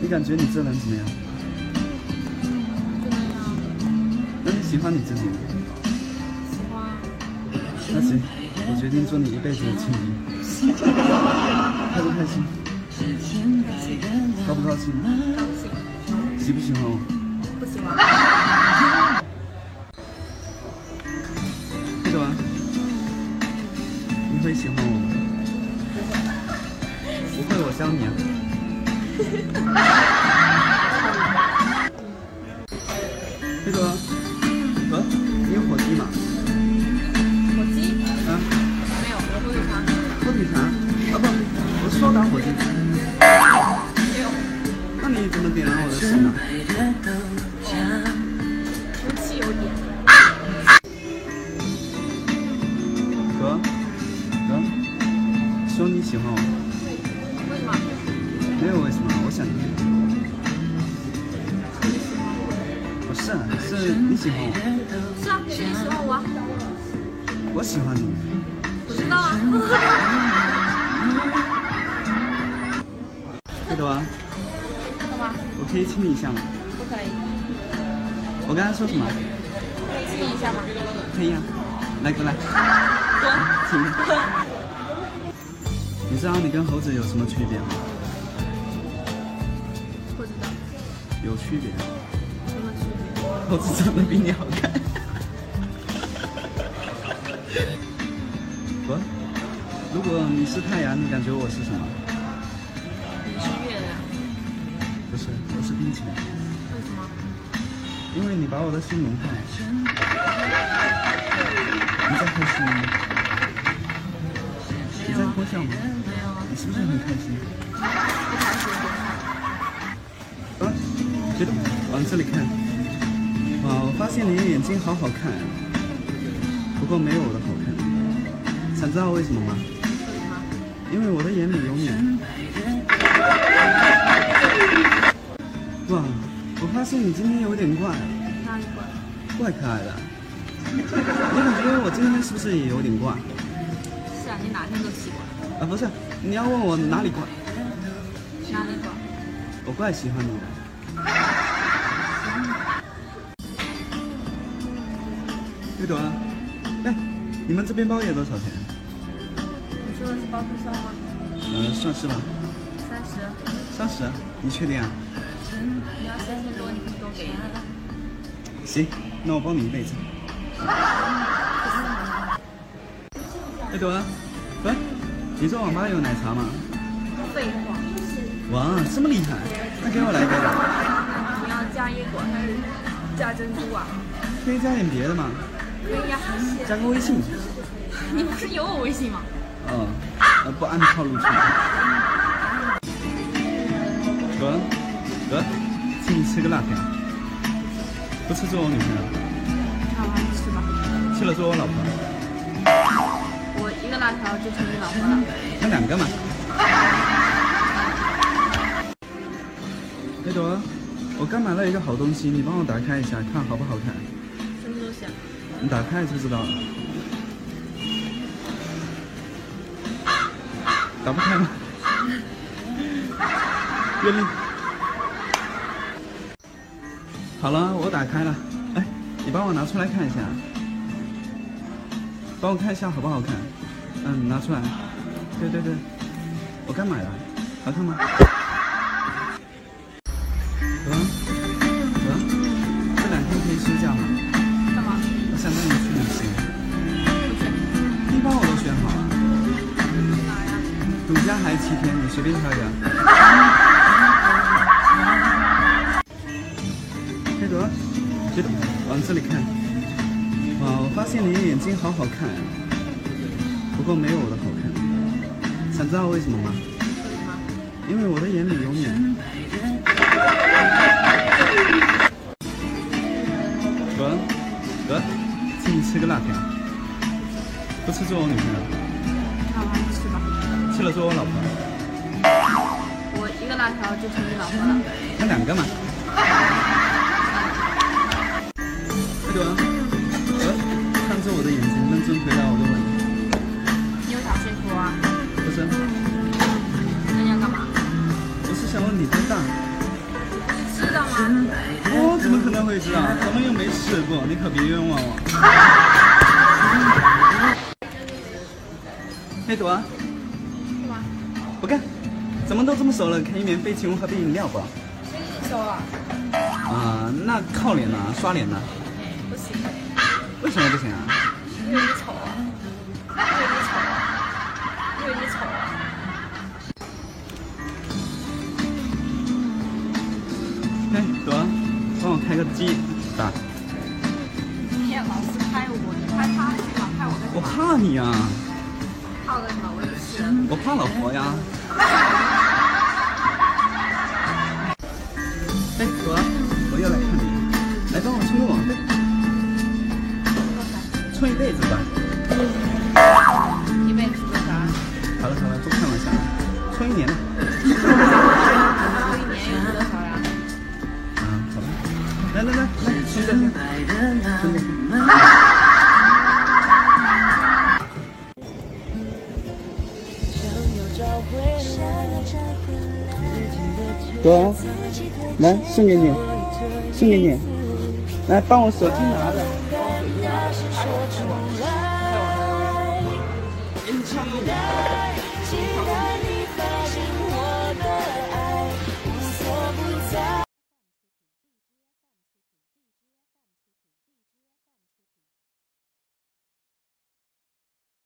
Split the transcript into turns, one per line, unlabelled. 你感觉你这人怎么样？
怎么样？
那你喜欢你自己吗？
喜欢？
那行，我决定做你一辈子的情敌。开不开心？高不高兴？
高兴？
喜不喜欢我？
不喜欢？
那个吧，你会喜欢我吗？不会，我教你啊。那个，呃，你有火鸡吗？
火鸡？
啊，
没有，我会给他。
火腿肠？啊不，我是说打火机。
没有，
那你怎么点燃我的心呢？
无汽油点。
哥，哥，说你喜欢我吗。
为什么？
没有为什么，我想你。不是啊，是你喜欢我，
是啊，谁喜欢我啊？
我喜欢你。
我知道啊。
那个啊，
真的吗？
我可以亲你一下吗？
不可以。
我刚才说什么？
可以亲一下吗？
可以啊，来过来，
滚！
亲。你知道你跟猴子有什么区别吗？
不知道。
有区别，
什么区别？
猴子长得比你好看。我，如果你是太阳，你感觉我是什么？
你是月亮？
不是，我是冰淇淋。
为什么？
因为你把我的心融化了。你在开心吗？你在偷笑吗？
没有啊，
你是不是很开心？
不开心不看。
啊，觉得往这里看。哇，我发现你的眼睛好好看啊，不过没有我的好看。想知道为什么吗？
为什么？
因为我的眼里有你。哇，我发现你今天有点怪，
那一会儿
怪可爱的。你感觉我今天是不是也有点怪？
是啊，你哪天都奇怪，
啊，不是，你要问我哪里怪？
哪里怪？
我怪喜欢你的。绿朵啊，哎，你们这边包夜多少钱？
你说的是包通宵吗？
呃，算是吧，
三十，
三十，你确定啊？
你要三千多，你可以多给一点。
行，那我包你一辈子。绿朵啊，喂，你这网吧有奶茶吗？
废话，
哇，这么厉害，那给我来一杯吧。
你要加椰果还是加珍珠啊？
可以加点别的吗？
可以呀，
加个微信。
你不是有我微信吗？
嗯，呃，不按套路出牌。得得，请你吃个辣条。不吃做我女朋友，
那我还是吃吧，
吃了做我老婆。
我一个辣条就成你老婆了。
那两个嘛。那朵，我刚买了一个好东西，你帮我打开一下，看好不好看？
什么东西啊？
你打开就知道了。打不开吗？ 月历。好了，我打开了。哎，你帮我拿出来看一下，帮我看一下好不好看？嗯，拿出来。对对对，我刚买的，好看吗？嗯嗯，这两天可以休假吗？
干嘛？
我想带你去旅行，
不去
地方我都选好了，
哪儿呀？
度假还七天，你随便挑一个。黑德，黑德，往这里看。哇，我发现你的眼睛好好看啊，不过没有我的好看。想知道为什么吗？
为什么？
因为我的眼里有你。得得，请你吃个辣条。不吃做我女朋友，
那我还是吃吧，
吃了做我老婆。
我一个辣条就成你老婆了。
那两个嘛。黑德，得，呃看着我的眼睛，认真回答我的问题。
你有想说服我啊？
不是，
那你要干嘛？
我是想问你多大？试过，你可别冤枉我。那朵啊，
是吗？
不干，咱们都这么熟了，可以免费请我喝杯饮料不？
谁跟你熟啊？
啊、那靠脸呢、刷脸呢、
不行，
为什么不行啊？
因为你丑啊，因为你丑啊，因为
哎，
你丑啊。
朵啊，帮我开个机，咋？
你也老是拍我，你拍他干嘛？拍我干
我
嘛？
怕你啊，
靠的嘛，我也是。
我怕老婆呀。哎，朵啊，我又来看你，来帮我充个网呗，充一辈子吧。
一辈子做啥？
好了好了，不开玩笑了，充一年吧。
我一年有多少呀？
啊，好吧。来来来来，充这个，充这个。朵儿，来送给你，送给你，来帮我手机拿着。